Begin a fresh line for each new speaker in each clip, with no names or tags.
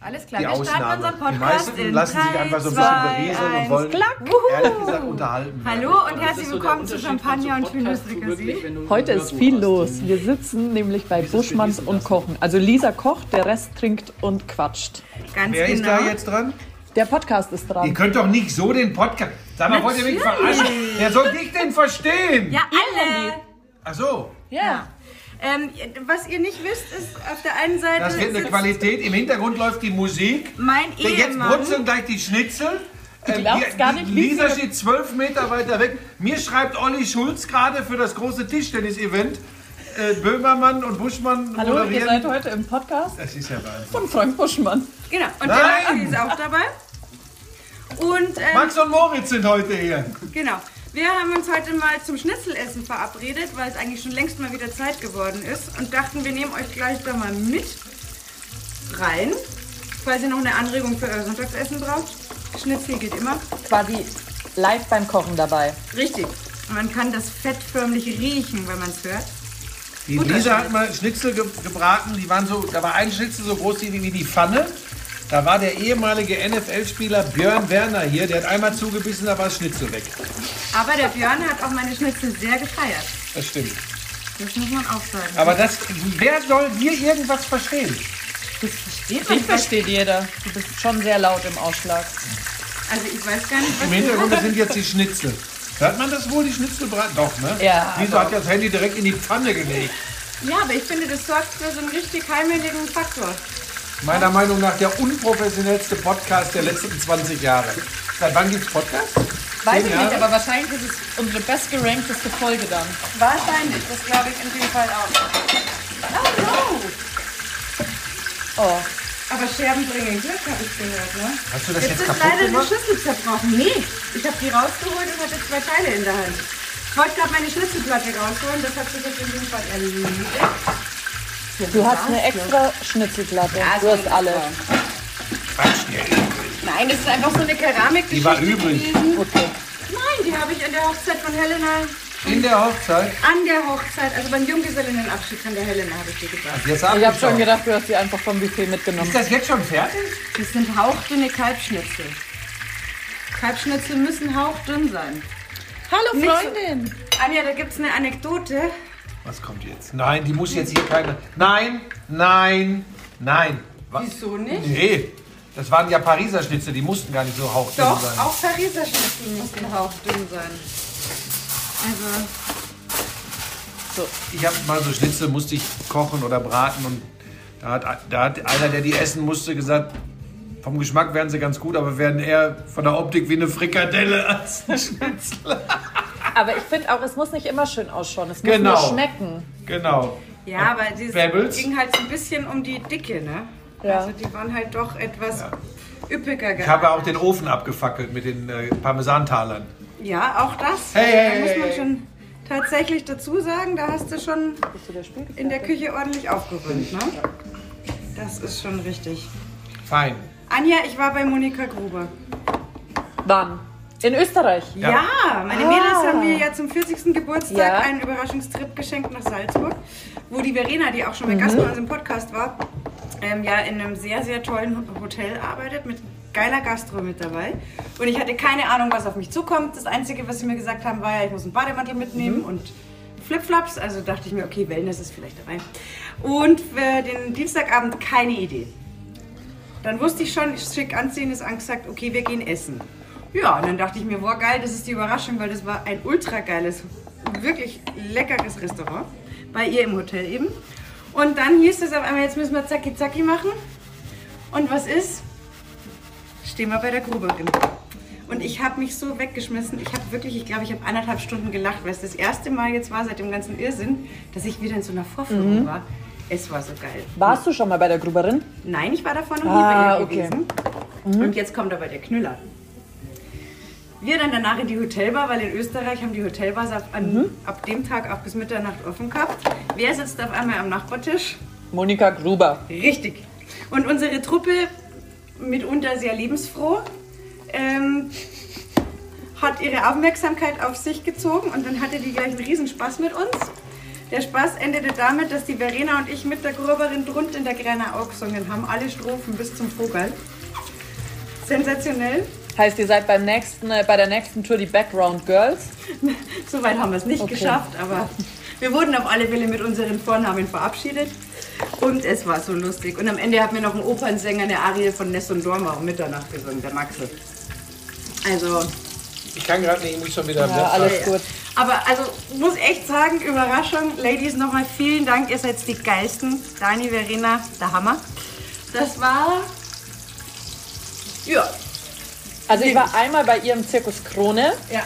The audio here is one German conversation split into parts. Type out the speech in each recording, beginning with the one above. Alles klar,
die
wir starten
Ausnahme.
unseren
Die
Podcast
meisten
in
lassen sich
drei,
einfach so ein
zwei,
bisschen berieseln und
eins.
wollen
klack.
ehrlich gesagt unterhalten werden.
Hallo und
Also Das ist
herzlich
so der
willkommen zu
Unterschied
Champagner
von
und
so Podcasts zu wirklich,
Thymus-Rikasin.
wenn du ein
Heute ist
Hörbuch
viel
hast.
los. Wir sitzen nämlich bei
Dieses
Buschmanns
genießen
und
lassen.
Kochen. Also Lisa kocht, der Rest trinkt und quatscht.
Ganz
Wer ist
genau.
da jetzt dran?
Der Podcast ist
Ihr
dran.
könnt doch nicht so den Podcast. Sag mal, wollt ihr mich verarschen? Wer soll dich denn verstehen?
Ja, alle.
Ach so,
Ja.
Ähm, was ihr nicht wisst, ist auf der einen Seite
das wird eine
sitzt
Qualität. Im Hintergrund läuft die Musik.
mein
Jetzt
Ehemann.
brutzeln gleich die Schnitzel. Ähm,
glaubst
die-
gar nicht,
die
wie
Lisa
viele-
steht zwölf Meter weiter weg. Mir schreibt Olli Schulz gerade für das große Tischtennis-Event. Äh, Böhmermann und Buschmann
Hallo, ihr
moderieren.
seid heute im Podcast
das ist ja Wahnsinn.
von Frank Buschmann.
Genau, und
Nein!
der Olli ist auch dabei. Und ähm,
Max und Moritz sind heute hier.
genau, wir haben uns heute mal zum Schnitzelessen verabredet, weil es eigentlich schon längst mal wieder Zeit geworden ist und dachten, wir nehmen euch gleich da mal mit rein, falls ihr noch eine Anregung für euer Sonntagsessen braucht. Schnitzel geht immer.
Quasi live beim Kochen dabei.
Richtig. Man kann das Fett förmlich riechen, wenn man es hört.
Die
Gut,
Lisa
also-
hat mal Schnitzel ge gebraten, die waren so, da war ein Schnitzel so groß wie, wie die Pfanne. Da war der ehemalige NFL-Spieler Björn Werner hier, der hat einmal zugebissen, da war das Schnitzel weg.
Aber der Björn hat auch meine Schnitzel sehr gefeiert.
Das stimmt.
Das muss man auch sagen.
Aber das, wer soll hier irgendwas verstehen?
versteht
Den
man das?
versteht jeder. Du bist schon sehr laut im Ausschlag.
Also ich weiß gar nicht, was
Im
du
Hintergrund das sind jetzt die Schnitzel. Hört man das wohl, die Schnitzel braten? Doch, ne?
Ja,
Lisa hat ja das Handy direkt in die Pfanne gelegt.
Ja, aber ich finde, das sorgt für so einen richtig heimeligen Faktor.
Meiner Meinung nach der unprofessionellste Podcast der letzten 20 Jahre. Seit wann gibt's Podcasts?
Weiß
Zehn
ich nicht,
Jahre?
aber wahrscheinlich ist es unsere bestgerankteste Folge dann.
Wahrscheinlich, das glaube ich in dem Fall auch. Oh no!
Oh,
Aber Scherben bringen Glück, habe ich gehört, ne?
Hast du das
Jetzt
jetzt,
ist
kaputt
leider die
gemacht?
Schüssel zerbrochen. Nee, ich habe die rausgeholt und hatte zwei Teile in der Hand. Ich wollte gerade meine Schnitzelplatte rausholen, das hat sich jetzt in dem Fall erledigt.
du hast eine extra Schnitzelplatte. Du hast alle.
Quatsch, die-
Nein, das ist einfach so eine Keramikgeschichte.
Die war übrig.
gewesen.
Okay.
Nein, die habe ich an der Hochzeit von Helena,
In der Hochzeit.
an der Hochzeit, also beim Junggesellinnenabschied von der Helena habe ich die gebracht.
Jetzt
Ich habe schon
abgeschaut.
gedacht, du hast sie einfach vom Buffet mitgenommen.
Ist das jetzt schon fertig?
Das sind hauchdünne Kalbschnitzel. Kalbschnitzel müssen hauchdünn sein.
Hallo
Nicht so-
Freundin.
Anja, da gibt es eine Anekdote.
Was kommt jetzt? Nein, die muss jetzt hier keine. Nein, nein, nein. Was?
Wieso nicht?
Nee, das waren ja Pariser Schnitzel, die mussten gar nicht so hauchdünn
Doch,
sein.
auch Pariser Schnitzel müssen hauchdünn sein. Also,
Ich habe mal so Schnitzel, musste ich kochen oder braten und da hat, da hat einer, der die essen musste, gesagt, vom Geschmack wären sie ganz gut, aber werden eher von der Optik wie eine Frikadelle als ein Schnitzel.
Aber ich finde auch, es muss nicht immer schön ausschauen. Es muss
Genau.
nur schmecken.
Genau.
ja, aber dieses
Bäbels?
ging halt so ein bisschen um die Dicke, ne?
Ja.
Also die waren halt doch etwas üppiger
Ich habe auch den Ofen abgefackelt mit den äh, Parmesantalern.
Ja, auch das.
Hey, hey,
da
hey,
muss man
hey.
schon tatsächlich dazu sagen, da hast du schon in der Küche ordentlich aufgeräumt, ne? Das ist schon richtig.
Fein.
Anja, ich war bei Monika Gruber.
Wann? In Österreich.
Ja, meine Mädels haben mir ja zum 40. Geburtstag
Ja.
einen Überraschungstrip geschenkt nach Salzburg, wo die Verena, die auch schon mal Gast bei uns im Podcast war, ähm, ja in einem sehr, sehr tollen Hotel arbeitet mit geiler Gastro mit dabei. Und ich hatte keine Ahnung, was auf mich zukommt. Das Einzige, was sie mir gesagt haben, war ja, ich muss einen Bademantel mitnehmen und Flipflops. Also dachte ich mir, okay, Wellness ist vielleicht dabei. Und für den Dienstagabend keine Idee. Dann wusste ich schon, schick anziehen ist angesagt, okay, wir gehen essen. Ja, und dann dachte ich mir, boah, geil, das ist die Überraschung, weil das war ein ultra geiles, wirklich leckeres Restaurant. Bei ihr im Hotel eben. Und dann hieß es auf einmal, jetzt müssen wir Zacki Zacki machen. Und was ist? Stehen wir bei der Gruberin. Und ich habe mich so weggeschmissen. Ich habe wirklich, ich glaube, ich habe anderthalb Stunden gelacht, weil es das erste Mal jetzt war seit dem ganzen Irrsinn, dass ich wieder in so einer Vorführung war. Es war so geil.
Warst du schon mal bei der Gruberin?
Nein, ich war davon noch nie
Ah,
bei ihr
okay. Mhm.
gewesen. Und jetzt kommt aber der Knüller. Wir dann danach in die Hotelbar, weil in Österreich haben die Hotelbars ab, an,
Mhm.
ab dem Tag auch bis Mitternacht offen gehabt. Wer sitzt auf einmal am Nachbartisch?
Monika Gruber.
Richtig. Und unsere Truppe, mitunter sehr lebensfroh, ähm, hat ihre Aufmerksamkeit auf sich gezogen und dann hatte die gleich einen Riesenspaß mit uns. Der Spaß endete damit, dass die Verena und ich mit der Gruberin drunter in der Grenau gesungen haben. Alle Strophen bis zum Vogel. Sensationell.
Heißt, ihr seid beim nächsten, äh, bei der nächsten Tour die Background Girls?
Soweit haben wir es nicht
Okay.
geschafft, aber wir wurden auf alle Fälle mit unseren Vornamen verabschiedet. Und es war so lustig. Und am Ende hat mir noch ein Opernsänger eine Arie von Nessun Dorma um Mitternacht gesungen, der Maxel. Also,
Ich kann gerade nicht, ich muss schon wieder
Ja, Äh, alles gut.
aber also muss echt sagen, Überraschung, Ladies, nochmal vielen Dank. Ihr seid die geilsten. Dani, Verena, der Hammer. Das war. Ja,
Also ich war einmal bei ihr im Zirkus Krone
ja.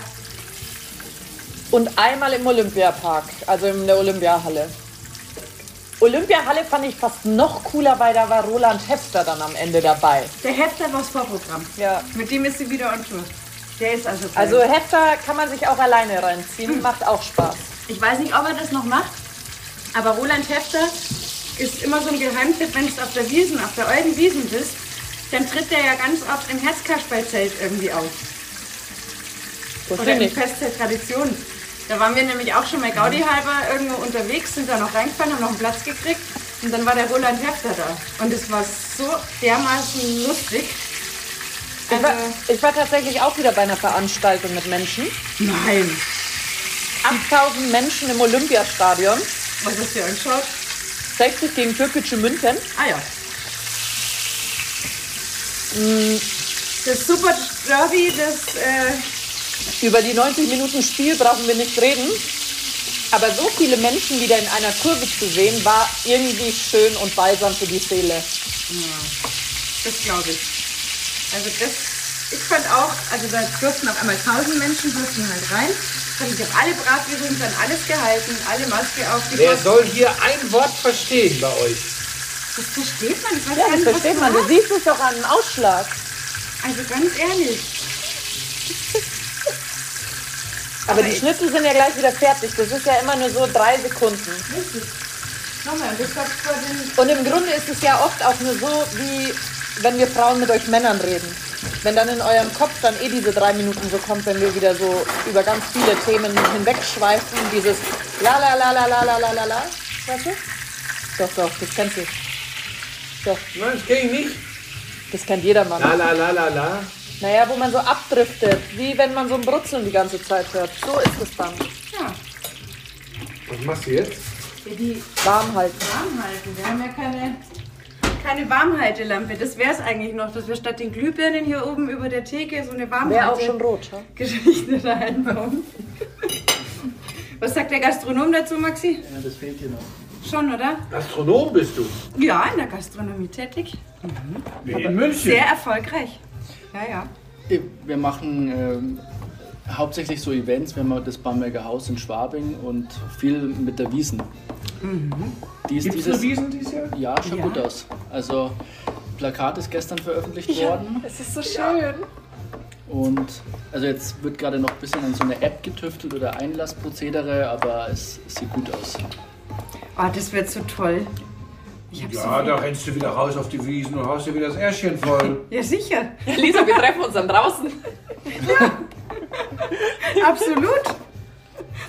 und einmal im Olympiapark, also in der Olympiahalle. Olympiahalle fand ich fast noch cooler, weil da war Roland Hefter dann am Ende dabei.
Der Hefter war das Vorprogramm.
Ja.
Mit dem ist sie wieder on Tour. Der ist also. geil.
Also Hefter kann man sich auch alleine reinziehen, macht auch Spaß.
Ich weiß nicht, ob er das noch macht, aber Roland Hefter ist immer so ein Geheimtipp, wenn du auf der Wiesen, auf der alten Wiesen bist, dann tritt der ja ganz oft im Herzkasperlzelt irgendwie auf.
So
Oder
finde
im
ich.
Fest der Tradition. Da waren wir nämlich auch schon mal Gaudi halber irgendwo unterwegs, sind da noch reingefahren, haben noch einen Platz gekriegt und dann war der Roland Hefter da. Und es war so dermaßen lustig.
Ich war, ich war tatsächlich auch wieder bei einer Veranstaltung mit Menschen.
nein,
8000 Menschen im Olympiastadion.
was hast du dir angeschaut?
60 gegen Türkische München.
Ah ja. Das Super Derby, das äh,
Über die 90 Minuten Spiel brauchen wir nicht reden. Aber so viele Menschen wieder in einer Kurve zu sehen, war irgendwie schön und balsam für die Seele.
Das glaube ich. Also das, ich fand auch, also da durften auf einmal tausend Menschen durften halt rein. Fand ich habe alle brav übrigens an alles gehalten, alle Maske
Wer
aufgepasst.
soll hier ein Wort verstehen bei euch?
Das versteht man, ich weiß
Ja,
gar
das
nicht, was
versteht man. Du
war.
siehst es doch an dem Ausschlag.
Also ganz ehrlich.
Aber die Schnitzel sind ja gleich wieder fertig. Das ist ja immer nur so drei Sekunden.
Richtig. Nochmal, und das war vor den.
Und im Grunde ist es ja oft auch nur so, wie wenn wir Frauen mit euch Männern reden. Wenn dann in eurem Kopf dann eh diese drei Minuten so kommt, wenn wir wieder so über ganz viele Themen hinwegschweifen, dieses la la la la la la la la la. Weißt du? Doch, doch, das kennst du. Doch,
Nein, das kenne ich nicht.
das kennt jedermann.
La la la la la.
Naja, wo man so abdriftet, wie wenn man so ein Brutzeln die ganze Zeit hört. So ist es dann.
Ja,
Was machst du jetzt?
ja die
Warm halten.
warm halten. Wir haben ja keine. Keine Warmhaltelampe, das wäre es eigentlich noch, dass wir statt den Glühbirnen hier oben über der Theke so eine Warmhalte...
Wäre auch schon rot, ja?
Geschichte da einbauen. Was sagt der Gastronom dazu, Maxi?
Ja, das fehlt hier noch.
Schon, oder?
Astronom bist du.
Ja, in der Gastronomie tätig.
In München.
Sehr erfolgreich. Ja, ja.
Wir machen ähm, hauptsächlich so Events. Wir haben auch das Bamberger Haus in Schwabing und viel mit der Wiesen.
Mhm.
Die ist
Gibt es eine
dieses
Wiesen dieses Jahr?
Ja, schaut
Ja.
gut aus. Also, Plakat ist gestern veröffentlicht worden.
Es ist so schön.
Und also jetzt wird gerade noch ein bisschen an so eine App getüftelt oder Einlassprozedere, aber es, es sieht gut aus.
Oh, das wird so toll. Ich hab so
Ja,
viel.
da rennst du wieder raus auf die Wiesen und haust dir wieder das Ärschchen voll.
Ja, sicher.
Lisa, wir treffen uns dann draußen.
Absolut.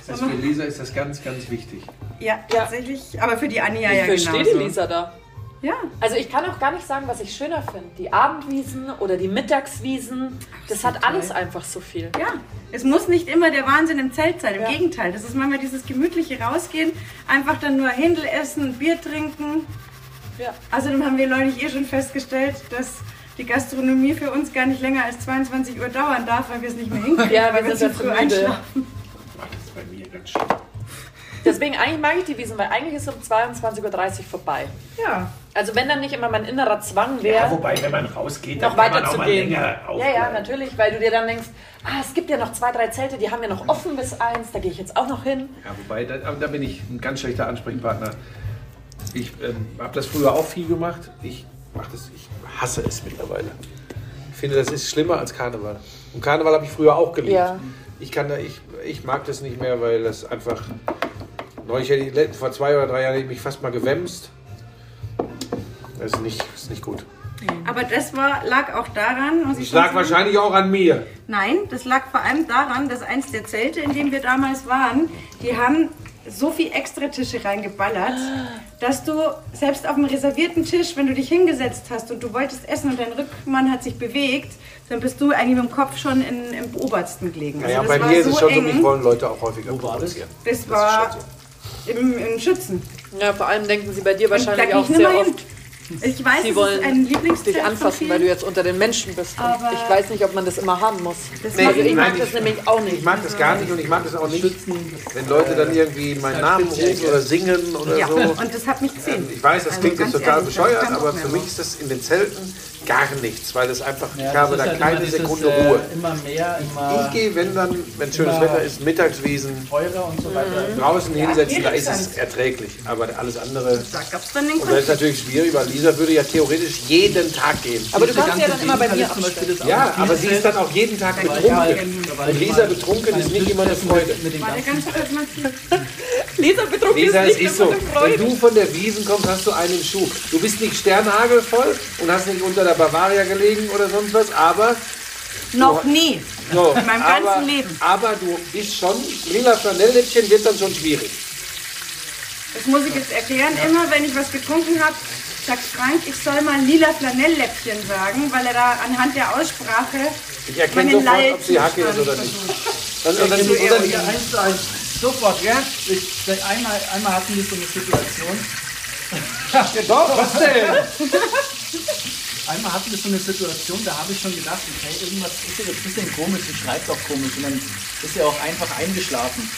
Das ist für Lisa ist das ganz, ganz wichtig.
Ja, tatsächlich. Aber für die Anja
Ich
ja
verstehe
genauso.
die Lisa da.
Ja.
Also ich kann auch gar nicht sagen, was ich schöner finde. Die Abendwiesen oder die Mittagswiesen, das hat alles einfach so viel.
Ja, es muss nicht immer der Wahnsinn im Zelt sein. Im
Ja.
Gegenteil, das ist manchmal dieses gemütliche Rausgehen, einfach dann nur Händel essen, Bier trinken.
Ja.
Außerdem haben wir neulich eh schon festgestellt, dass die Gastronomie für uns gar nicht länger als 22 Uhr dauern darf, weil wir es nicht mehr hinkriegen,
Ja, wir
weil
sind
zu
da
früh
zu müde.
einschlafen.
Ach, das ist bei mir ganz schön.
Deswegen eigentlich mag ich die Wiesen, weil eigentlich ist es um 22.30 Uhr vorbei.
Ja,
Also wenn dann nicht immer mein innerer Zwang
Ja,
wäre,
wobei, wenn man rausgeht,
noch
dann kann man
weiter
auch
zu
mal
gehen.
länger
Ja, ja,
aufbleiben.
natürlich, weil du dir dann denkst, ah, es gibt ja noch zwei, drei Zelte, die haben ja noch offen bis eins, da gehe ich jetzt auch noch hin.
Ja, wobei, da, aber da bin ich ein ganz schlechter Ansprechpartner. Ich ähm, habe das früher auch viel gemacht. Ich mach das, ich hasse es mittlerweile. Ich finde, das ist schlimmer als Karneval. Und Karneval habe ich früher auch geliebt.
Ja.
Ich, kann da, ich, ich mag das nicht mehr, weil das einfach. Neulich hätte ich, le- vor zwei oder drei Jahren hätte ich mich fast mal gewemst. Das ist nicht, ist nicht gut.
aber das war, lag auch daran, muss ich
Das
schon
lag
sagen.
wahrscheinlich auch an mir.
Nein, das lag vor allem daran, dass eins der Zelte, in dem wir damals waren, die haben so viel extra Tische reingeballert, dass du selbst auf dem reservierten Tisch, wenn du dich hingesetzt hast und du wolltest essen und dein Rückmann hat sich bewegt, dann bist du eigentlich mit dem Kopf schon in, im obersten gelegen. Also
Naja,
das
bei
war
mir ist es schon so,
eng.
mich wollen Leute auch häufiger
Wo war das?
provozieren.
Das
ist schon
war
so.
im, im Schützen.
Ja, vor allem denken sie bei dir
Und da
wahrscheinlich
geh
auch
ich nicht
sehr
mehr hin.
oft,
Ich weiß,
sie
es
wollen
ist ein
dich
Lieblingstisch
anfassen, weil du jetzt unter den Menschen bist. Und
Aber-
ich weiß nicht, ob man das immer haben muss.
Das
also
ich
ich mag
mein,
das
ich-
nämlich auch nicht.
Ich mag das gar nicht und ich mag das auch nicht,
Schützen. Äh,
wenn Leute dann irgendwie meinen Namen rufen oder singen oder
ja,
so.
und das hat mich gezählt.
Also, Ich weiß, das
Also
klingt jetzt
ganz ehrlich, da
total
hab ich
bescheuert,
keinen Bock
aber
mehr
für
drauf.
mich ist das in den Zelten gar nichts, weil es einfach,
Ja,
ich
das
habe
ist
da
halt
keine
immer dieses,
Sekunde
äh,
Ruhe.
Immer mehr,
Ich
immer
gehe, wenn dann, wenn schönes
Ja.
Wetter ist, Mittagswiesen,
teurer und so weiter.
draußen hinsetzen,
hier
da ist
gibt's
es erträglich. Aber alles andere.
Da gab es dann den
Und das ist
Konflikt.
natürlich schwierig, weil Lisa würde ja theoretisch jeden Tag gehen.
Aber du
Diese
kannst ja dann
ganze
immer bei
Gegend
mir
hat zum Beispiel
abstellen.
das auch
Ja,
nicht.
aber sie ist dann auch jeden Tag
Weil ich mal-
betrunken.
weil ich
Lisa
mal
betrunken
einen
ist nicht
Tisch
immer eine
treffen
Freude.
Mit, mit den
Warte,
ganzen
ganz kurz mal hier.
Leser betrunken
Lisa, es
ist nicht
ist so.
so.
Wenn du von der Wiesen kommst, hast du einen im Schuh. Du bist nicht sternhagelvoll und hast nicht unter der Bavaria gelegen oder sonst was, aber.
Noch nie.
So,
In meinem
aber,
ganzen Leben.
Aber du bist schon. Lila Flanellläppchen wird dann schon schwierig.
Das muss ich jetzt erklären. Immer wenn ich was getrunken habe, sagt Frank, ich soll mal lila Flanellläppchen sagen, weil er da anhand der Aussprache
Ich erkenne sofort, ob sie Hacke ist oder nicht. Dann, und dann,
Also
und
eher
dann,
wieder eins zu eins. Sofort, ja? Ich, einmal, einmal hatten wir so eine Situation.
doch, was denn?
Einmal hatten wir so eine Situation, da habe ich schon gedacht, okay, irgendwas ist jetzt ein bisschen komisch, sie schreibt auch komisch und dann ist sie auch einfach eingeschlafen.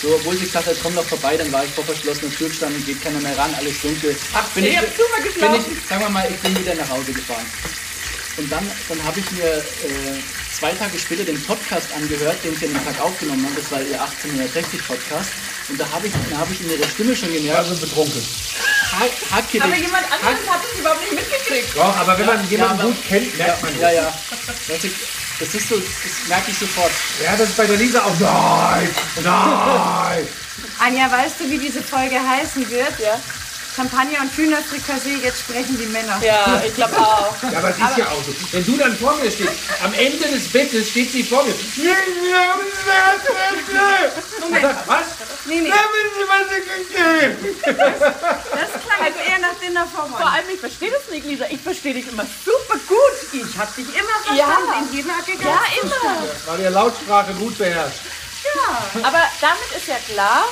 So, obwohl sie gesagt hat, komm doch vorbei, dann war ich vor verschlossener Tür gestanden, geht keiner mehr ran, alles dunkel. Ach, bin
ihr
ich,
habt drüber
bin
geschlafen.
ich, sagen wir mal, ich bin wieder nach Hause gefahren. Und dann, dann habe ich mir äh, zwei Tage später den Podcast angehört, den sie an dem Tag aufgenommen haben, das war ihr 1860 Podcast. Und da habe ich, da habe ich in ihrer Stimme schon gemerkt,
Also betrunken.
ha- hacke dich.
jemand anderes hat es überhaupt nicht mitgekriegt.
Doch, aber wenn man jemanden
Ja, aber-
gut kennt, merkt man
Ja,
das.
ja. Das ist, das ist so, das merke ich sofort.
Ja, das ist bei der Lisa auch. Nein, nein.
Anja, weißt du, wie diese Folge heißen wird?
Ja,
Champagner und Hühnerfrikassee, jetzt sprechen die Männer.
ja ich glaube auch.
Ja, aber es ist ja auch so. Wenn du dann vor mir stehst, am Ende des Bettes steht sie vor mir.
Moment,
Was?
nee, nee,
Da will sie was gekriegt.
das klang jetzt also eher nach Dinner for
Vor
One.
allem, ich verstehe das nicht, Lisa. Ich verstehe dich immer super gut.
Ich hab dich immer verstanden,
Ja.
in jedem Ecke
Ja,
gehabt.
immer.
War der Lautsprache gut beherrscht.
Aber damit ist ja klar,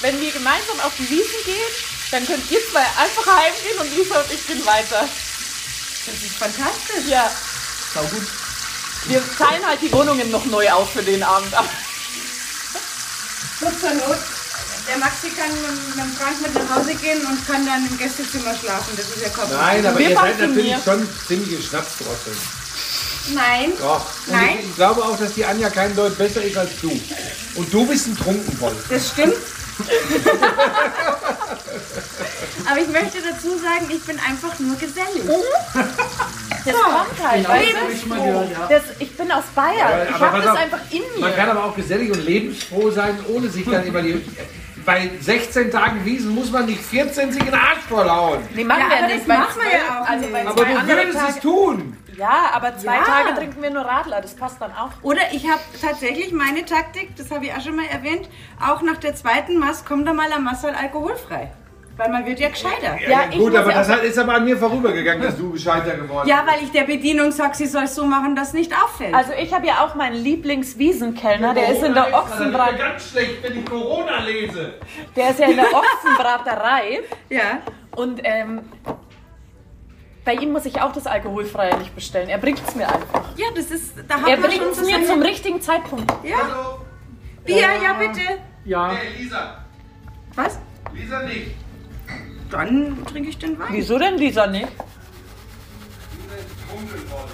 wenn wir gemeinsam auf die Wiesen gehen, dann könnt ihr zwei einfach heimgehen und Lisa und ich gehen weiter.
Das ist fantastisch.
Ja,
Sau gut.
wir teilen halt die Wohnungen noch neu auf für den Abend. Aber
Zur Not, der Maxi kann mit, mit dem Frank mit nach Hause gehen und kann dann im Gästezimmer schlafen. Das ist ja Kopf.
Nein, aber
Wir
ihr seid
passen
natürlich
hier.
schon ziemliche Schnapsdrosseln.
Nein.
Doch. Und
Nein.
Ich, ich glaube auch, dass die Anja kein Deut besser ist als du. Und du bist ein Trunkenbold.
Das stimmt. Aber ich möchte dazu sagen, ich bin einfach nur gesellig.
das kommt halt, weißt
habe ich schon mal gehört, ja.
du? Das, ich bin aus Bayern.
Aber-
ich
aber
habe
pass
das
auf.
einfach in
Man
mir.
kann aber auch gesellig und lebensfroh sein, ohne sich dann über die... Bei 16 Tagen Wiesen muss man nicht 14 sich in den Arsch vollhauen.
Nee, machen
Ja,
wir
aber
nicht.
das
bei
machen wir
zwei-
ja auch
Also bei
nicht.
Aber
zwei
du
anderen
würdest es
Tagen.
tun.
Ja, aber zwei
Ja.
Tage trinken wir nur Radler. Das passt dann auch.
Oder ich habe tatsächlich meine Taktik, das habe ich auch schon mal erwähnt, auch nach der zweiten Maß kommt da mal am Massal alkoholfrei. Weil man wird ja gescheiter.
Ja, ich
Gut,
muss
aber
ja
das hat, ist aber an mir vorübergegangen, dass du gescheiter geworden bist.
Ja, weil ich der Bedienung sag, sie soll es so machen, dass nicht auffällt.
Also ich habe ja auch meinen Lieblingswiesenkellner, der ist in
Oh,
der
Das ist
Ochsenbrat,
mir ganz schlecht, wenn ich Corona lese.
der ist ja in der Ochsenbraterei
ja.
und ähm, bei ihm muss ich auch das Alkoholfreie nicht bestellen. Er bringt es mir einfach.
ja, das ist, da haben
Er
wir
bringt
schon
es mir
zusammen-
zum richtigen Zeitpunkt.
Ja,
Hallo?
Bier, ja bitte.
Ja.
Nee, Lisa.
Was?
Lisa nicht.
Dann trinke ich den Wein.
Wieso denn dieser nicht?
Lisa ist Trunkenbold.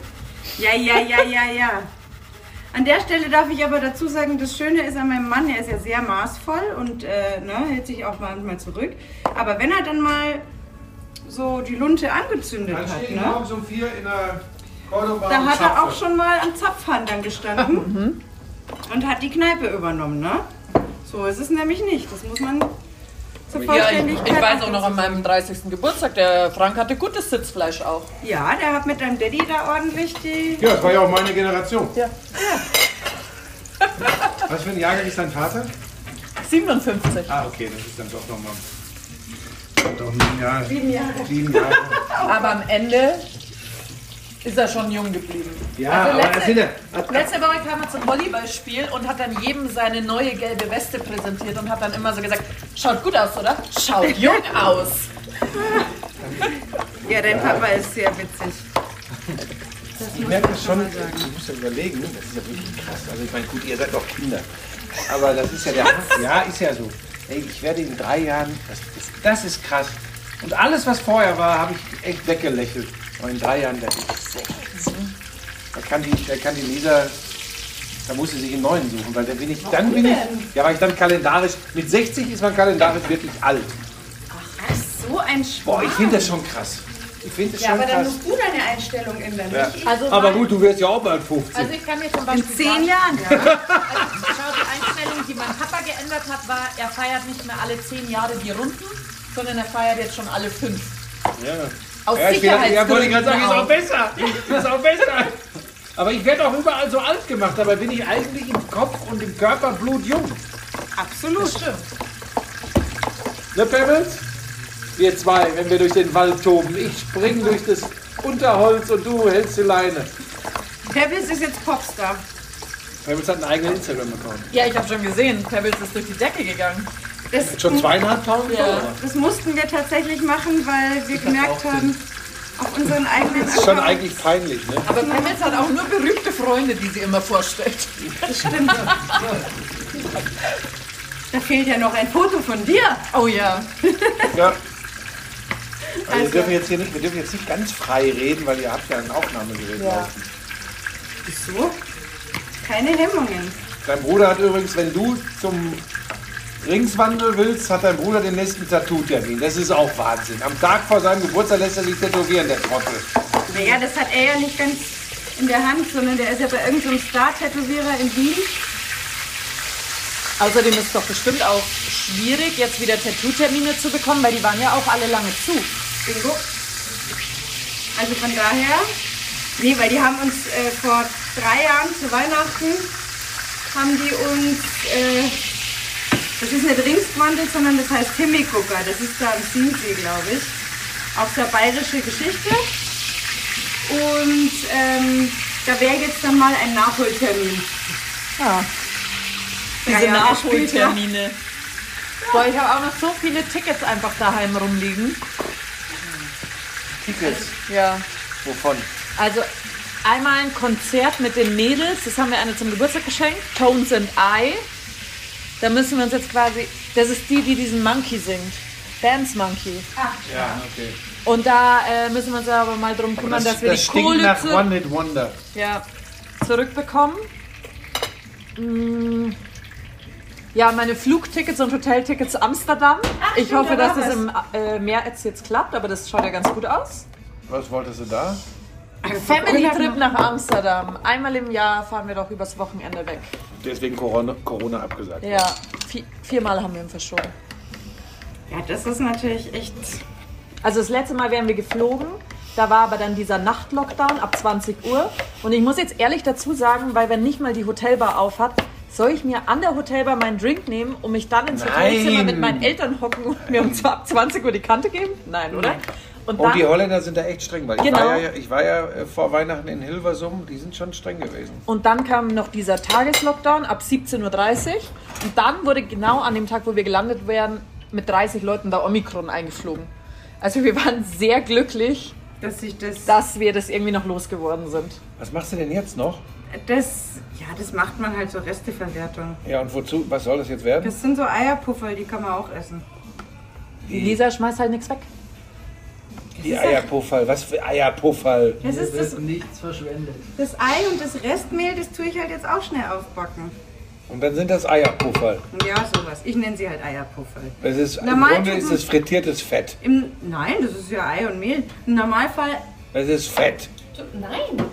Ja, ja, ja, ja, ja. An der Stelle darf ich aber dazu sagen, das Schöne ist an meinem Mann, er ist ja sehr maßvoll und äh, ne, hält sich auch manchmal zurück. Aber wenn er dann mal so die Lunte angezündet
Dann
hat,
stehe ich
ne,
morgens um vier in der Cordoba
da
und
hat er
zapfe.
auch schon mal am Zapfhahn dann gestanden und hat die Kneipe übernommen. Ne? So ist es nämlich nicht. Das muss man zur Vollständigkeit
an meinem 30. Geburtstag, der Frank hatte gutes Sitzfleisch auch.
Ja, der hat mit deinem Daddy da ordentlich die...
Ja, das war ja auch meine Generation.
Ja.
Was für ein Jahrgang ist dein Vater?
57.
Ah, okay, das ist dann doch nochmal. Doch ein Jahr.
Sieben Jahre.
Sieben Jahre.
Aber am Ende ist er schon jung geblieben.
Ja, aber
letzte-
das sind ja.
Letzte Woche kam er zum Volleyballspiel und hat dann jedem seine neue gelbe Weste präsentiert und hat dann immer so gesagt, schaut gut aus, oder? Schaut jung aus.
Ja, dein Papa ist sehr witzig.
Ich merke das schon, du musst ja überlegen,
ne?
das ist ja wirklich krass. Also ich meine, gut, ihr seid auch Kinder.
Aber das ist ja der Hammer. Ja, ist ja so. Ey, ich werde in drei Jahren. Das ist, das ist krass. Und alles, was vorher war, habe ich echt weggelächelt. Aber in drei Jahren werde ich 16. Da kann die, da kann die Lisa. Da muss sie sich einen neuen suchen, weil dann bin ich. Dann bin ich. Ja, weil ich dann kalendarisch. Mit 60 ist man kalendarisch wirklich alt.
Ach, so ein
Boah,
Sport.
ich finde das schon krass. Ich finde
Ah.
das
Ja,
schon
aber dann
krass.
musst du deine Einstellung ändern.
Ja.
nicht
Also,
Aber
mein-
gut, du wirst ja auch bald 50.
also ich kann mir zum
ich.
Beispiel
In zehn
sagen,
Jahren, ja.
Also, schau, die Einstellung, die mein Papa geändert hat, war, er feiert nicht mehr alle zehn Jahre die Runden, sondern er feiert jetzt schon alle fünf.
ja.
Aus
Ja, ich will- ja, wollte ich
Sicherheitsgründen.
gerade sagen, ist auch
auch.
besser. Ist auch besser. Aber ich werde auch überall so alt gemacht. Dabei bin ich eigentlich im Kopf und im Körper blutjung.
Absolut.
Ne, Pebbles? Wir zwei, wenn wir durch den Wald toben. Ich spring durch das Unterholz und du hältst die Leine.
Pebbles ist jetzt Popstar.
Pebbles hat einen eigenen Instagram-Account.
Ja, ich habe schon gesehen, Pebbles ist durch die Decke gegangen.
Das,
Schon zweieinhalbtausend
Ja.
Follower.
das mussten wir tatsächlich machen, weil wir gemerkt haben, auf unseren eigenen
Ist schon
Account-
eigentlich peinlich, ne?
Aber Pebbles hat auch nur berühmte Freunde, die sie immer vorstellt.
Da fehlt ja noch ein Foto von dir.
Oh ja.
Ja. Aber Also wir, dürfen jetzt hier nicht, wir dürfen jetzt nicht ganz frei reden, weil ihr habt ja ein Aufnahmegerät laufen.
Wieso? Keine Hemmungen.
Dein Bruder hat übrigens, wenn du zum Ringswandel willst, hat dein Bruder den nächsten Tattoo-Termin. Das ist auch Wahnsinn. Am Tag vor seinem Geburtstag lässt er sich tätowieren, der Trottel.
Naja, das hat er ja nicht ganz in der Hand, sondern der ist ja bei irgendeinem Star-Tätowierer in Wien.
Außerdem ist es doch bestimmt auch schwierig, jetzt wieder Tattoo-Termine zu bekommen, weil die waren ja auch alle lange zu.
Bingo. Also von daher, nee, weil die haben uns äh, vor drei Jahren zu Weihnachten, haben die uns, äh, das ist nicht Ringsquantel, sondern das heißt Himmelgucker. Das ist da am Chiemsee, glaube ich. Auf der bayerische Geschichte. Und ähm, da wäre jetzt dann mal ein Nachholtermin.
Ja. Diese
Drei Jahre später.
Nachholtermine. Boah, ich habe auch noch so viele Tickets einfach daheim rumliegen.
Tickets.
Ja.
Wovon?
Also einmal ein Konzert mit den Mädels, das haben wir eine zum Geburtstag geschenkt, Tones and I. Da müssen wir uns jetzt quasi, das ist die, die diesen Monkey singt, Dance Monkey.
Ja, okay.
Und da äh, müssen wir uns aber mal drum kümmern, dass wir die
stinkt
Kohle
nach
zu-
One Hit Wonder.
ja, zurückbekommen. Mm. Ja, meine Flugtickets und Hoteltickets zu Amsterdam. ich
stimmt,
hoffe,
da
dass
war
das im äh, März jetzt klappt, aber das schaut ja ganz gut aus.
Was wolltest du da?
Family Trip nach Amsterdam. Einmal im Jahr fahren wir doch übers Wochenende weg.
Deswegen Corona, Corona abgesagt.
Ja, vi- viermal haben wir ihn verschoben.
Ja, das ist natürlich echt.
Also das letzte Mal wären wir geflogen, da war aber dann dieser Nachtlockdown ab 20 Uhr. Und ich muss jetzt ehrlich dazu sagen, weil wenn nicht mal die Hotelbar auf hat, soll ich mir an der Hotelbar meinen Drink nehmen und mich dann ins Hotelzimmer
Nein.
mit meinen Eltern hocken und mir um zw- ab 20 Uhr die Kante geben? Nein, oder? Und
Oh,
dann,
die Holländer sind da echt streng, weil ich
Genau.
war ja, ich war ja äh, vor Weihnachten in Hilversum, die sind schon streng gewesen.
und dann kam noch dieser Tageslockdown ab 17.30 Uhr. Und dann wurde genau an dem Tag, wo wir gelandet wären, mit 30 Leuten da Omikron eingeflogen. Also wir waren sehr glücklich,
Dass sich das.
dass wir das irgendwie noch losgeworden sind.
Was machst du denn jetzt noch?
Das. Ja, das macht man halt so Resteverwertung.
Ja, und wozu? Was soll das jetzt werden?
Das sind so Eierpuffer, die kann man auch essen.
Die Lisa schmeißt halt nichts weg.
Die Eierpuffal. Was für Eierpuffal?
Das ist das,
nichts verschwendet.
das Ei und das Restmehl, das tue ich halt jetzt auch schnell aufbacken.
Und dann sind das Eierpuffal.
Ja, sowas. Ich nenne sie halt Eierpuffel.
Es ist, Im
Normal
Grunde
tut
ist
man-
es frittiertes Fett.
Im, nein, das ist ja Ei und Mehl. Im Normalfall,
Es ist Fett.
nein.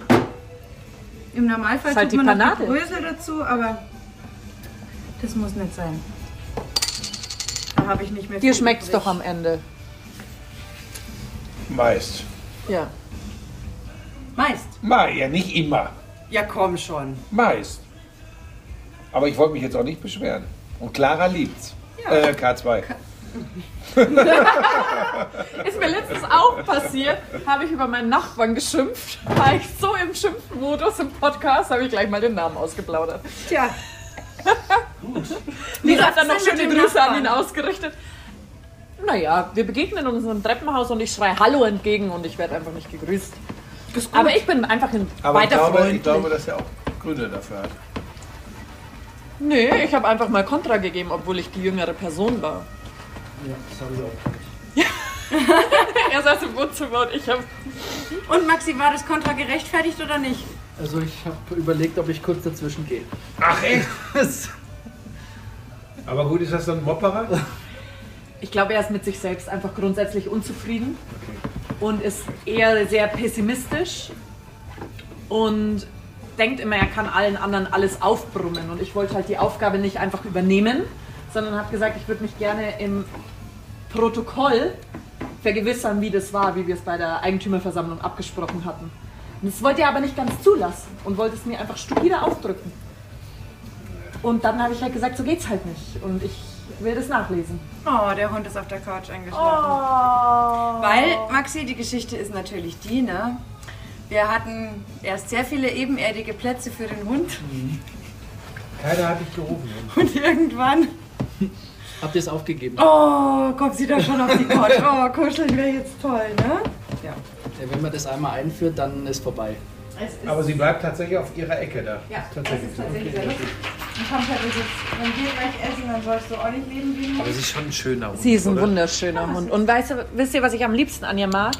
Im Normalfall
Ist halt
tut
die
man noch die
Panade.
Brösel dazu, aber das muss nicht sein. Da habe ich nicht mehr
Dir
viel
schmeckt's
übrig.
doch am Ende.
Meist.
Ja.
Meist.
Ma, ja, nicht immer.
Ja, komm schon.
Meist. Aber ich wollte mich jetzt auch nicht beschweren. Und Clara liebt's. Äh, K2.
Ist mir letztens auch passiert, habe ich über meinen Nachbarn geschimpft. War ich so im Schimpfmodus im Podcast, habe ich gleich mal den Namen ausgeplaudert.
Tja,
Lisa hat dann noch
Was ist denn
schöne
mit dem
Grüße
Nachbarn?
an ihn ausgerichtet. Naja, wir begegnen uns im Treppenhaus und ich schreie Hallo entgegen und ich werde einfach nicht gegrüßt. Aber ich bin einfach ein
Aber ich
weiter
glaube,
Freund.
ich glaube, dass er auch Gründe dafür hat.
Nee, ich habe einfach mal Kontra gegeben, obwohl ich die jüngere Person war.
Ja, das habe ich auch.
Er saß im Wohnzimmer und ich habe...
und Maxi, war das Kontra gerechtfertigt oder nicht?
Also ich habe überlegt, ob ich kurz dazwischen gehe.
Ach echt? Aber gut, ist das dann ein Mopperer?
Ich glaube, er ist mit sich selbst einfach grundsätzlich unzufrieden und ist eher sehr pessimistisch und denkt immer, er kann allen anderen alles aufbrummen. Und ich wollte halt die Aufgabe nicht einfach übernehmen, sondern habe gesagt, ich würde mich gerne im Protokoll vergewissern, wie das war, wie wir es bei der Eigentümerversammlung abgesprochen hatten. Und das wollte er aber nicht ganz zulassen und wollte es mir einfach stupide aufdrücken. Und dann habe ich halt gesagt, so geht's halt nicht. Und ich will das nachlesen.
Oh, der Hund ist auf der Couch eingeschlafen.
Oh.
Weil, Maxi, die Geschichte ist natürlich die, ne? Wir hatten erst sehr viele ebenerdige Plätze für den Hund
Keiner hat dich gerufen.
und irgendwann.
Habt ihr es aufgegeben?
Oh, kommt sie da schon auf die Couch. Oh, kuscheln wäre jetzt toll, ne?
Ja, wenn man das einmal einführt, dann ist vorbei.
Es ist,
Aber sie bleibt tatsächlich auf ihrer Ecke da.
ja, das
Tatsächlich.
ist tatsächlich sehr lustig.
Dann kommt halt dieses, wenn wir gleich essen, dann sollst du auch nicht leben wie ein Hund.
Aber sie ist schon ein schöner Hund.
Sie ist ein
oder?
wunderschöner Hund. Und weißt du, wisst ihr, was ich am liebsten an ihr mag?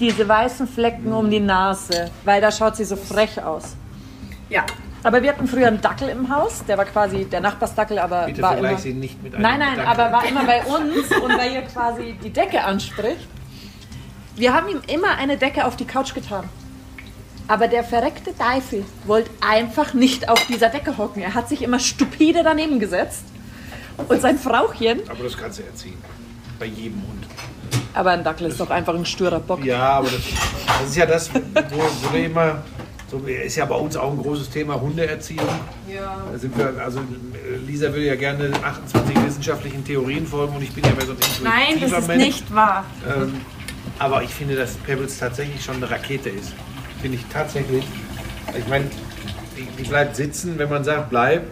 Diese weißen Flecken um die Nase, weil da schaut sie so frech aus.
Ja,
Aber wir hatten früher einen Dackel im Haus, der war quasi der Nachbarsdackel, aber
Bitte
war immer...
vergleich sie nicht mit einem.
Nein, nein,
Gedanken.
aber war immer bei uns und weil ihr quasi die Decke anspricht. Wir haben ihm immer eine Decke auf die Couch getan. Aber der verreckte Teufel wollte einfach nicht auf dieser Decke hocken. Er hat sich immer stupide daneben gesetzt. Und sein Frauchen,
Aber das kannst du erziehen. Bei jedem Hund.
aber ein Dackel ist doch einfach ein störer Bock.
Ja, aber das, das ist ja das, wo, wo wir immer. So, ist ja bei uns auch ein großes Thema Hundeerziehung. Ja. Da sind wir, also äh, Lisa würde ja gerne 28 wissenschaftlichen Theorien folgen und ich bin ja mehr so ein intuitiver
nein, das ist
Mensch.
nicht wahr.
Ähm, aber ich finde, dass Pebbles tatsächlich schon eine Rakete ist. Finde ich tatsächlich. Ich meine, die, die bleibt sitzen, wenn man sagt, bleib.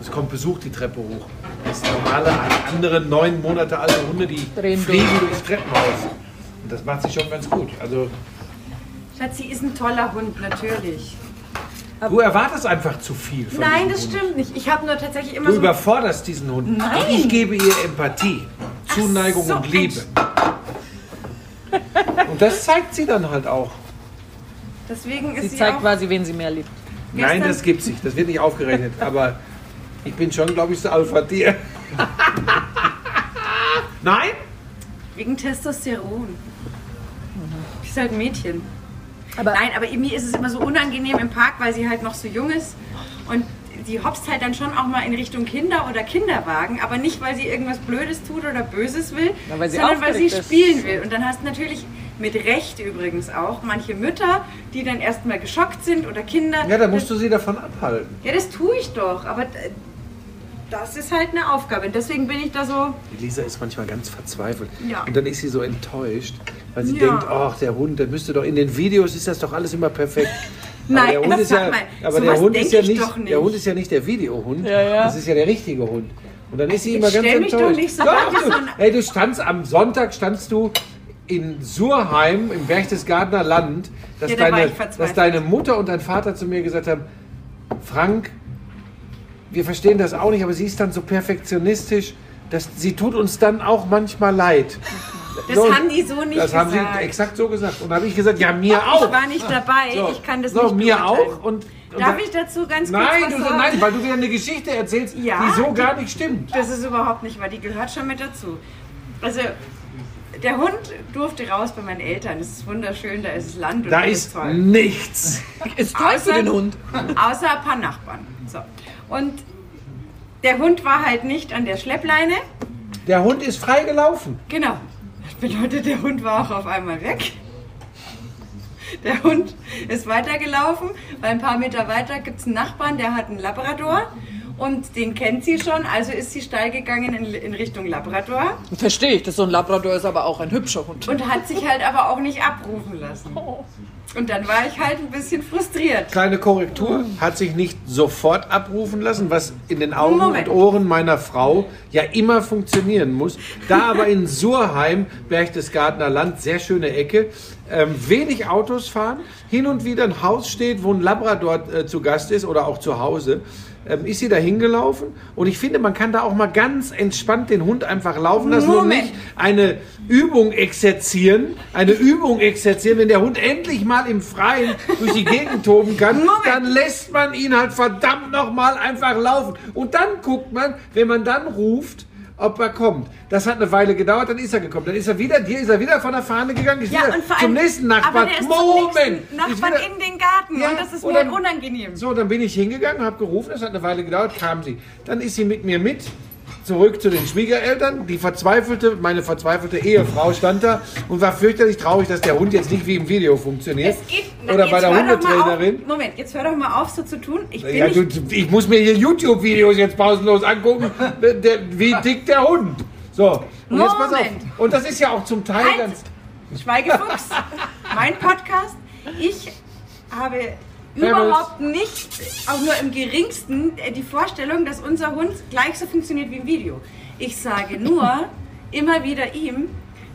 Es kommt Besuch die Treppe hoch. Das normale, andere neun Monate alte Hunde, die
Drehen
fliegen
durch.
durchs Treppenhaus. Und das macht sie schon ganz gut. Also,
Schatz, sie ist ein toller Hund, natürlich.
du erwartest einfach zu viel von
Nein,
diesem
das
Hund.
stimmt nicht. Ich habe nur tatsächlich immer
Du
so
überforderst diesen Hund. Nein. Ich gebe ihr Empathie, Zuneigung
so,
und Liebe. Und das zeigt sie dann halt auch.
Deswegen ist
Sie
sie,
zeigt
auch
quasi, wen sie mehr liebt.
Nein,
Gestern-
das gibt's nicht. Das wird nicht aufgerechnet. Aber ich bin schon, glaube ich, so Alpha-Tier. Nein?
wegen Testosteron. Sie ist halt ein Mädchen.
Mhm. Aber-
Nein, aber mir ist es immer so unangenehm im Park, weil sie halt noch so jung ist und die hopst halt dann schon auch mal in Richtung Kinder oder Kinderwagen, aber nicht, weil sie irgendwas Blödes tut oder Böses will,
Na, weil sie
sondern weil sie
aufgeregt ist.
spielen will. Und dann hast du natürlich mit Recht übrigens auch manche Mütter, die dann erstmal geschockt sind oder Kinder.
Ja, da musst du sie davon abhalten.
Ja, das tue ich doch, aber d- das ist halt eine Aufgabe. Und deswegen bin ich da so.
Die Lisa ist manchmal ganz verzweifelt.
Ja.
Und dann ist sie so enttäuscht, weil sie
Ja.
denkt, ach, der Hund, der müsste doch, in den Videos ist das doch alles immer perfekt.
Nein,
aber der Hund
das
ist ja,
sag mal,
aber der
sowas
Hund
denk
ist ja
ich
nicht,
doch nicht.
der Hund ist ja nicht der Videohund.
Ja, ja.
Das ist ja der richtige Hund. Und dann ist sie immer
ich
ganz
stell mich
enttäuscht.
doch nicht so an,
du,
dass man-
hey, du standst am Sonntag standst du in Surheim im Berchtesgadener Land, dass,
Ja, da war
deine,
ich verzweifelt.
dass deine Mutter und dein Vater zu mir gesagt haben, Frank, wir verstehen das auch nicht, aber sie ist dann so perfektionistisch, dass sie tut uns dann auch manchmal leid.
Das
So,
haben die so nicht
Das haben
gesagt.
sie exakt so gesagt. Und da habe ich gesagt, ja, mir auch.
Ich war nicht dabei,
So,
ich kann das
so,
nicht
mir
beurteilen.
auch. Und, und
Darf
da-
ich dazu ganz kurz
Nein,
was
du,
sagen?
nein, weil du wieder eine Geschichte erzählst,
Ja.
die so gar nicht stimmt.
Das ist überhaupt nicht wahr, die gehört schon mit dazu. Also, der Hund durfte raus bei meinen Eltern. Es ist wunderschön, da ist es Land und
Da
alles
ist
toll.
nichts.
Ist toll für den Hund.
Außer ein paar Nachbarn. So. Und der Hund war halt nicht an der Schleppleine.
Der Hund ist frei gelaufen.
Genau. Das bedeutet, der Hund war auch auf einmal weg. Der Hund ist weitergelaufen, weil ein paar Meter weiter gibt es einen Nachbarn, der hat einen Labrador. Und den kennt sie schon, also ist sie steil gegangen in, in Richtung Labrador
Verstehe ich, das so ein Labrador ist aber auch ein hübscher Hund.
und hat sich halt aber auch nicht abrufen lassen. Und dann war ich halt ein bisschen frustriert.
Kleine Korrektur, hat sich nicht sofort abrufen lassen, was in den Augen
Moment.
und Ohren meiner Frau ja immer funktionieren muss. Da aber in Surheim, Berchtesgadener Land, sehr schöne Ecke, ähm, wenig Autos fahren, hin und wieder ein Haus steht, wo ein Labrador äh, zu Gast ist oder auch zu Hause, ähm, ist sie da hingelaufen und ich finde, man kann da auch mal ganz entspannt den Hund einfach laufen lassen und
Moment.
nicht eine Übung exerzieren, eine Übung exerzieren, wenn der Hund endlich mal im Freien durch die Gegend toben kann, dann lässt man ihn halt verdammt nochmal einfach laufen. Und dann guckt man, wenn man dann ruft, ob er kommt. Das hat eine Weile gedauert, dann ist er gekommen. Dann ist er wieder, dir ist er wieder von der Fahne gegangen, ist wieder zum nächsten Nachbarn.
aber der ist zum
Moment!
nächsten
Ist
Nachbarn
wieder-
in den Garten
Ja,
und das ist
und
mir halt
dann-
unangenehm.
so, dann bin ich hingegangen, habe gerufen, das hat eine Weile gedauert, kam sie. Dann ist sie mit mir mit zurück zu den Schwiegereltern. Die verzweifelte, meine verzweifelte Ehefrau stand da und war fürchterlich traurig, dass der Hund jetzt nicht wie im Video funktioniert.
Es geht, na,
Oder
jetzt
bei der
hör doch mal
Hundetrainerin.
Auf, Moment, jetzt hör doch mal auf, so zu tun. Ich bin
Ja,
nicht
du, ich muss mir hier YouTube-Videos jetzt pausenlos angucken, der, der, wie dick der Hund. So, und jetzt pass auf.
Moment.
Und das ist ja auch zum Teil
Halt!
ganz...
Schweigefuchs, mein Podcast. Ich habe überhaupt nicht, auch nur im geringsten, äh, die Vorstellung, dass unser Hund gleich so funktioniert wie im Video. Ich sage nur immer wieder ihm,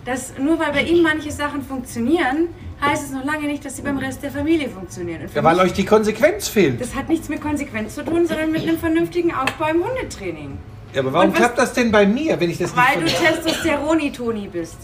dass nur weil bei ihm manche Sachen funktionieren, heißt es noch lange nicht, dass sie beim Rest der Familie funktionieren. Und für
Ja, weil
mich,
euch die Konsequenz fehlt.
das hat nichts mit Konsequenz zu tun, sondern mit einem vernünftigen Aufbau im Hundetraining.
Ja, aber warum
Und was-
klappt das denn bei mir, wenn ich das nicht
Weil du
von-
Testosteronitoni bist.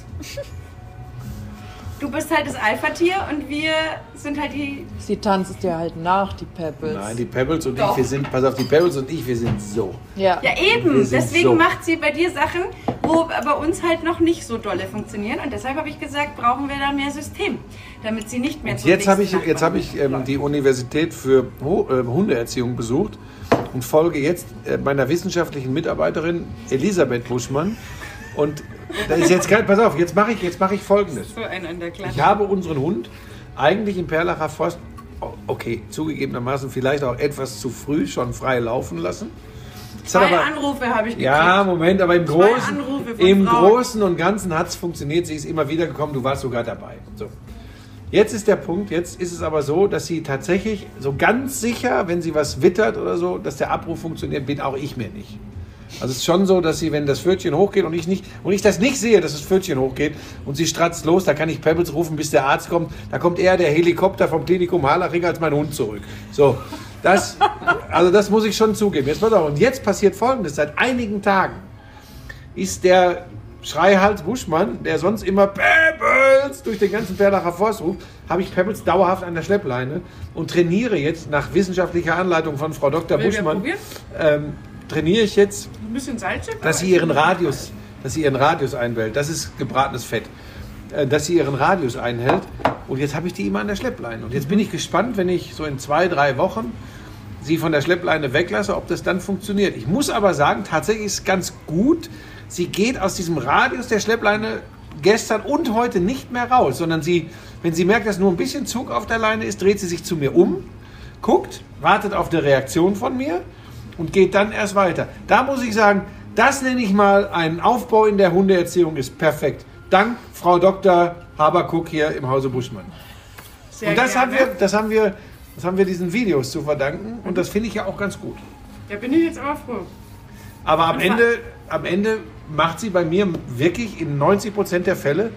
Du bist halt das Alpha-Tier und wir sind halt die.
Sie tanzt dir halt nach, die Pebbles.
Nein, die Pebbles und
Doch.
ich, wir sind, pass auf, die Pebbles und ich, wir sind so.
ja.
Ja, eben.
Wir sind
Deswegen
so.
macht sie bei dir Sachen, wo bei uns halt noch nicht so dolle funktionieren. Und deshalb habe ich gesagt, brauchen wir da mehr System, damit sie nicht mehr
Und
zum
jetzt habe ich,
nächsten
jetzt hab
Nachbarn
ich ähm,
läuft.
die Universität für Ho äh, Hundeerziehung besucht und folge jetzt äh, meiner wissenschaftlichen Mitarbeiterin Elisabeth Buschmann. Und da ist jetzt kein, pass auf, jetzt mache ich, jetzt mache ich Folgendes.
So ein an der Klasse.
Ich habe unseren Hund eigentlich im Perlacher Forst, o- okay, zugegebenermaßen vielleicht auch etwas zu früh schon frei laufen lassen. Es hat
Zwei
aber-
Anrufe habe ich gekriegt.
Ja, Moment, aber im
Zwei
Großen,
Anrufe von
im
Frauen.
Großen und Ganzen hat es funktioniert. Sie ist immer wieder gekommen, du warst sogar dabei. So. Jetzt ist der Punkt, jetzt ist es aber so, dass sie tatsächlich so ganz sicher, wenn sie was wittert oder so, dass der Abruf funktioniert, bin auch ich mir nicht. Also es ist schon so, dass sie, wenn das Pfötchen hochgeht und ich nicht und ich das nicht sehe, dass das Pfötchen hochgeht und sie stratzt los, da kann ich Pebbles rufen, bis der Arzt kommt. Da kommt eher der Helikopter vom Klinikum Harlaching als mein Hund zurück. So, das, also das muss ich schon zugeben. Jetzt pass auf. Und jetzt passiert Folgendes: Seit einigen Tagen ist der Schreihals Buschmann, der sonst immer Pebbles durch den ganzen Perlacher Forst ruft, habe ich Pebbles dauerhaft an der Schleppleine und trainiere jetzt nach wissenschaftlicher Anleitung von Frau Dr.
Will wer
Buschmann.
probieren?
Ähm, trainiere ich jetzt
Ein bisschen salzig.
dass sie ihren Radius, dass sie ihren Radius einwählt. Das ist gebratenes Fett. Äh, Dass sie ihren Radius einhält. Und jetzt habe ich die immer an der Schleppleine. Und jetzt bin ich gespannt, wenn ich so in zwei, drei Wochen sie von der Schleppleine weglasse, ob das dann funktioniert. Ich muss aber sagen, tatsächlich ist es ganz gut. Sie geht aus diesem Radius der Schleppleine gestern und heute nicht mehr raus, sondern sie, wenn sie merkt, dass nur ein bisschen Zug auf der Leine ist, dreht sie sich zu mir um guckt, wartet auf eine Reaktion von mir und geht dann erst weiter. Da muss ich sagen, das nenne ich mal einen Aufbau in der Hundeerziehung ist perfekt. Dank Frau Dr. Haberkuck hier im Hause Buschmann.
Sehr
und das
gerne.
haben wir, das haben wir, das haben wir diesen Videos zu verdanken und das finde ich ja auch ganz gut.
Da bin ich jetzt aber froh.
Aber am Ende, am Ende macht sie bei mir wirklich in 90% der Fälle,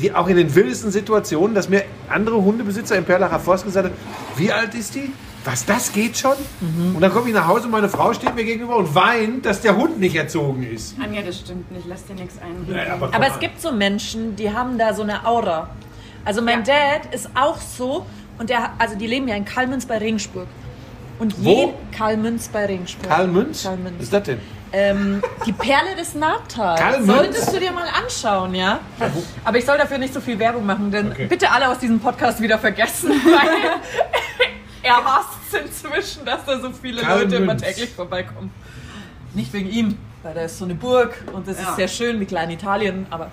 die auch in den wildesten Situationen, dass mir andere Hundebesitzer im Perlacher Forst gesagt haben, wie alt ist die? Was, das geht schon? Und dann komme ich nach Hause und meine Frau steht mir gegenüber und weint, dass der Hund nicht erzogen ist.
Anja, das stimmt nicht. Lass dir nichts ein.
komm
Aber es
an.
gibt so Menschen, die haben da so eine Aura. Also mein Dad ist auch so und der, also die leben ja in Kalmünz bei Regensburg. Und je
Wo?
Kalmünz bei Regensburg.
Karl Münz? Was
Kalmünz.
ist das denn?
Ähm, die Perle des Nahtals.
Kalmünz?
Solltest du dir mal anschauen, ja? Aber ich soll dafür nicht so viel Werbung machen, denn
Okay.
bitte alle aus diesem Podcast wieder vergessen, weil er hasst inzwischen, dass da so viele Leute immer
Kalmünz.
täglich vorbeikommen. Nicht wegen ihm, weil da ist so eine Burg und das
Ja.
ist sehr schön wie Klein Italien, aber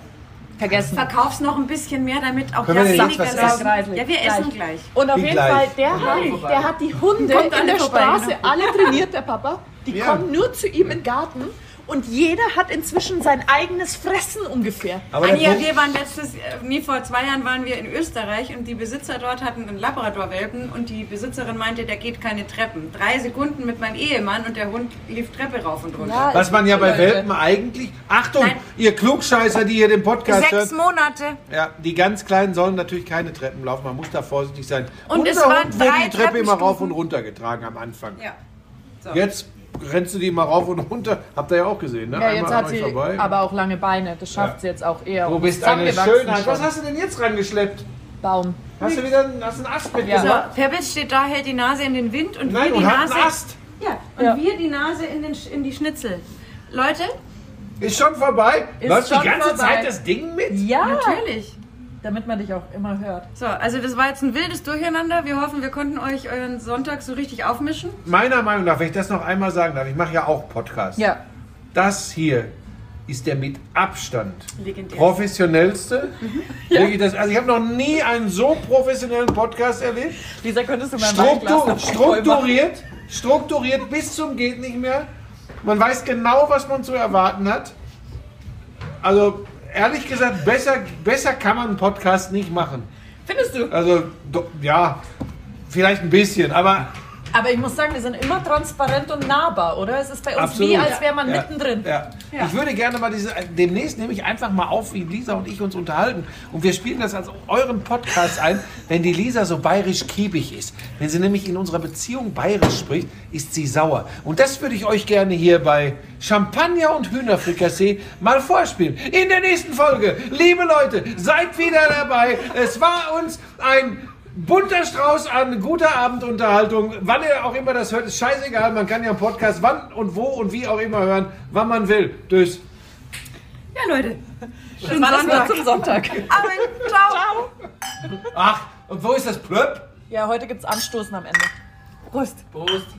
Vergessen.
Verkauf's noch ein bisschen mehr, damit auch
Können wir denn jetzt
weniger
was essen?
Leute- Ja, wir essen gleich.
Und auf
Wie
jeden
gleich?
Fall, der hat, der hat die Hunde
Kommt alle
in der
vorbei,
Straße
genau.
alle trainiert, der Papa. Die
Ja.
kommen nur zu ihm in den Garten und jeder hat inzwischen sein eigenes Fressen ungefähr.
Aber der
Anja,
Punkt-
wir waren letztes, äh, nee, vor zwei Jahren waren wir in Österreich und die Besitzer dort hatten einen Labradorwelpen und die Besitzerin meinte, der geht keine Treppen. Drei Sekunden mit meinem Ehemann und der Hund lief Treppe rauf und runter.
was man ja bei Welpen eigentlich. Achtung,
Nein.
ihr Klugscheißer, die hier den Podcast
Sechs
hört.
Monate.
Ja, die ganz Kleinen sollen natürlich keine Treppen laufen. Man muss da vorsichtig sein.
Und es
Unser
waren
Hund wurde
drei
die Treppe immer
Treppenstufen.
rauf und runter getragen am Anfang.
Ja.
Jetzt rennst du die mal rauf und runter. Habt ihr ja auch gesehen, ne?
Ja,
Einmal
jetzt
an
hat
euch
sie
vorbei.
aber auch lange Beine. Das schafft sie jetzt auch eher.
du
Und
bist
ist
eine
zusammengewachsen
Schönheit.
schon.
Was hast du denn jetzt rangeschleppt?
Baum.
Hast du wieder einen, hast einen Ast
Ja.
mitgenommen?
So, Peppitz steht da, hält die Nase in den Wind und wir
Nein, du
die
hast
Nase.
einen Ast.
Ja, und
Ja.
wir die Nase in, den, Sch- in die Schnitzel. Leute,
Ist schon vorbei.
Ist
Läuft
schon
die ganze
vorbei.
Zeit das Ding mit?
Ja,
Ah. natürlich.
damit man dich auch immer hört.
So, also das war jetzt ein wildes Durcheinander. Wir hoffen, wir konnten euch euren Sonntag so richtig aufmischen.
Meiner Meinung nach, wenn ich das noch einmal sagen darf, ich mache ja auch Podcasts.
Ja.
Das hier ist der mit Abstand
Legendär.
professionellste. Wirklich das, also ich habe noch nie einen so professionellen Podcast erlebt.
Lisa, könntest du mal
Struktur, strukturiert, strukturiert bis zum geht nicht mehr. Man weiß genau, was man zu erwarten hat. Also ehrlich gesagt, besser, besser kann man einen Podcast nicht machen.
Findest du?
Also do, ja, vielleicht ein bisschen, aber
Aber ich muss sagen, wir sind immer transparent und nahbar, oder? Es ist bei uns
absolut.
wie, als wäre man
Ja,
mittendrin.
Ja. Ich würde gerne mal diese. Demnächst nehme ich einfach mal auf, wie Lisa und ich uns unterhalten. Und wir spielen das als euren Podcast ein, wenn die Lisa so bayerisch kiebig ist. Wenn sie nämlich in unserer Beziehung bayerisch spricht, ist sie sauer. Und das würde ich euch gerne hier bei Champagner und Hühnerfrikassee mal vorspielen. In der nächsten Folge. Liebe Leute, seid wieder dabei. Es war uns ein. Bunter Strauß an guter Abendunterhaltung. Wann ihr auch immer das hört, ist scheißegal. Man kann ja einen Podcast wann und wo und wie auch immer hören, wann man will. Tschüss.
Ja, Leute. Schönen
War das nur
Sonntag.
zum Sonntag?
Aber ciao. ciao.
Ach, und wo ist das Plöpp?
Ja, heute gibt's Anstoßen am Ende. Prost.
Prost.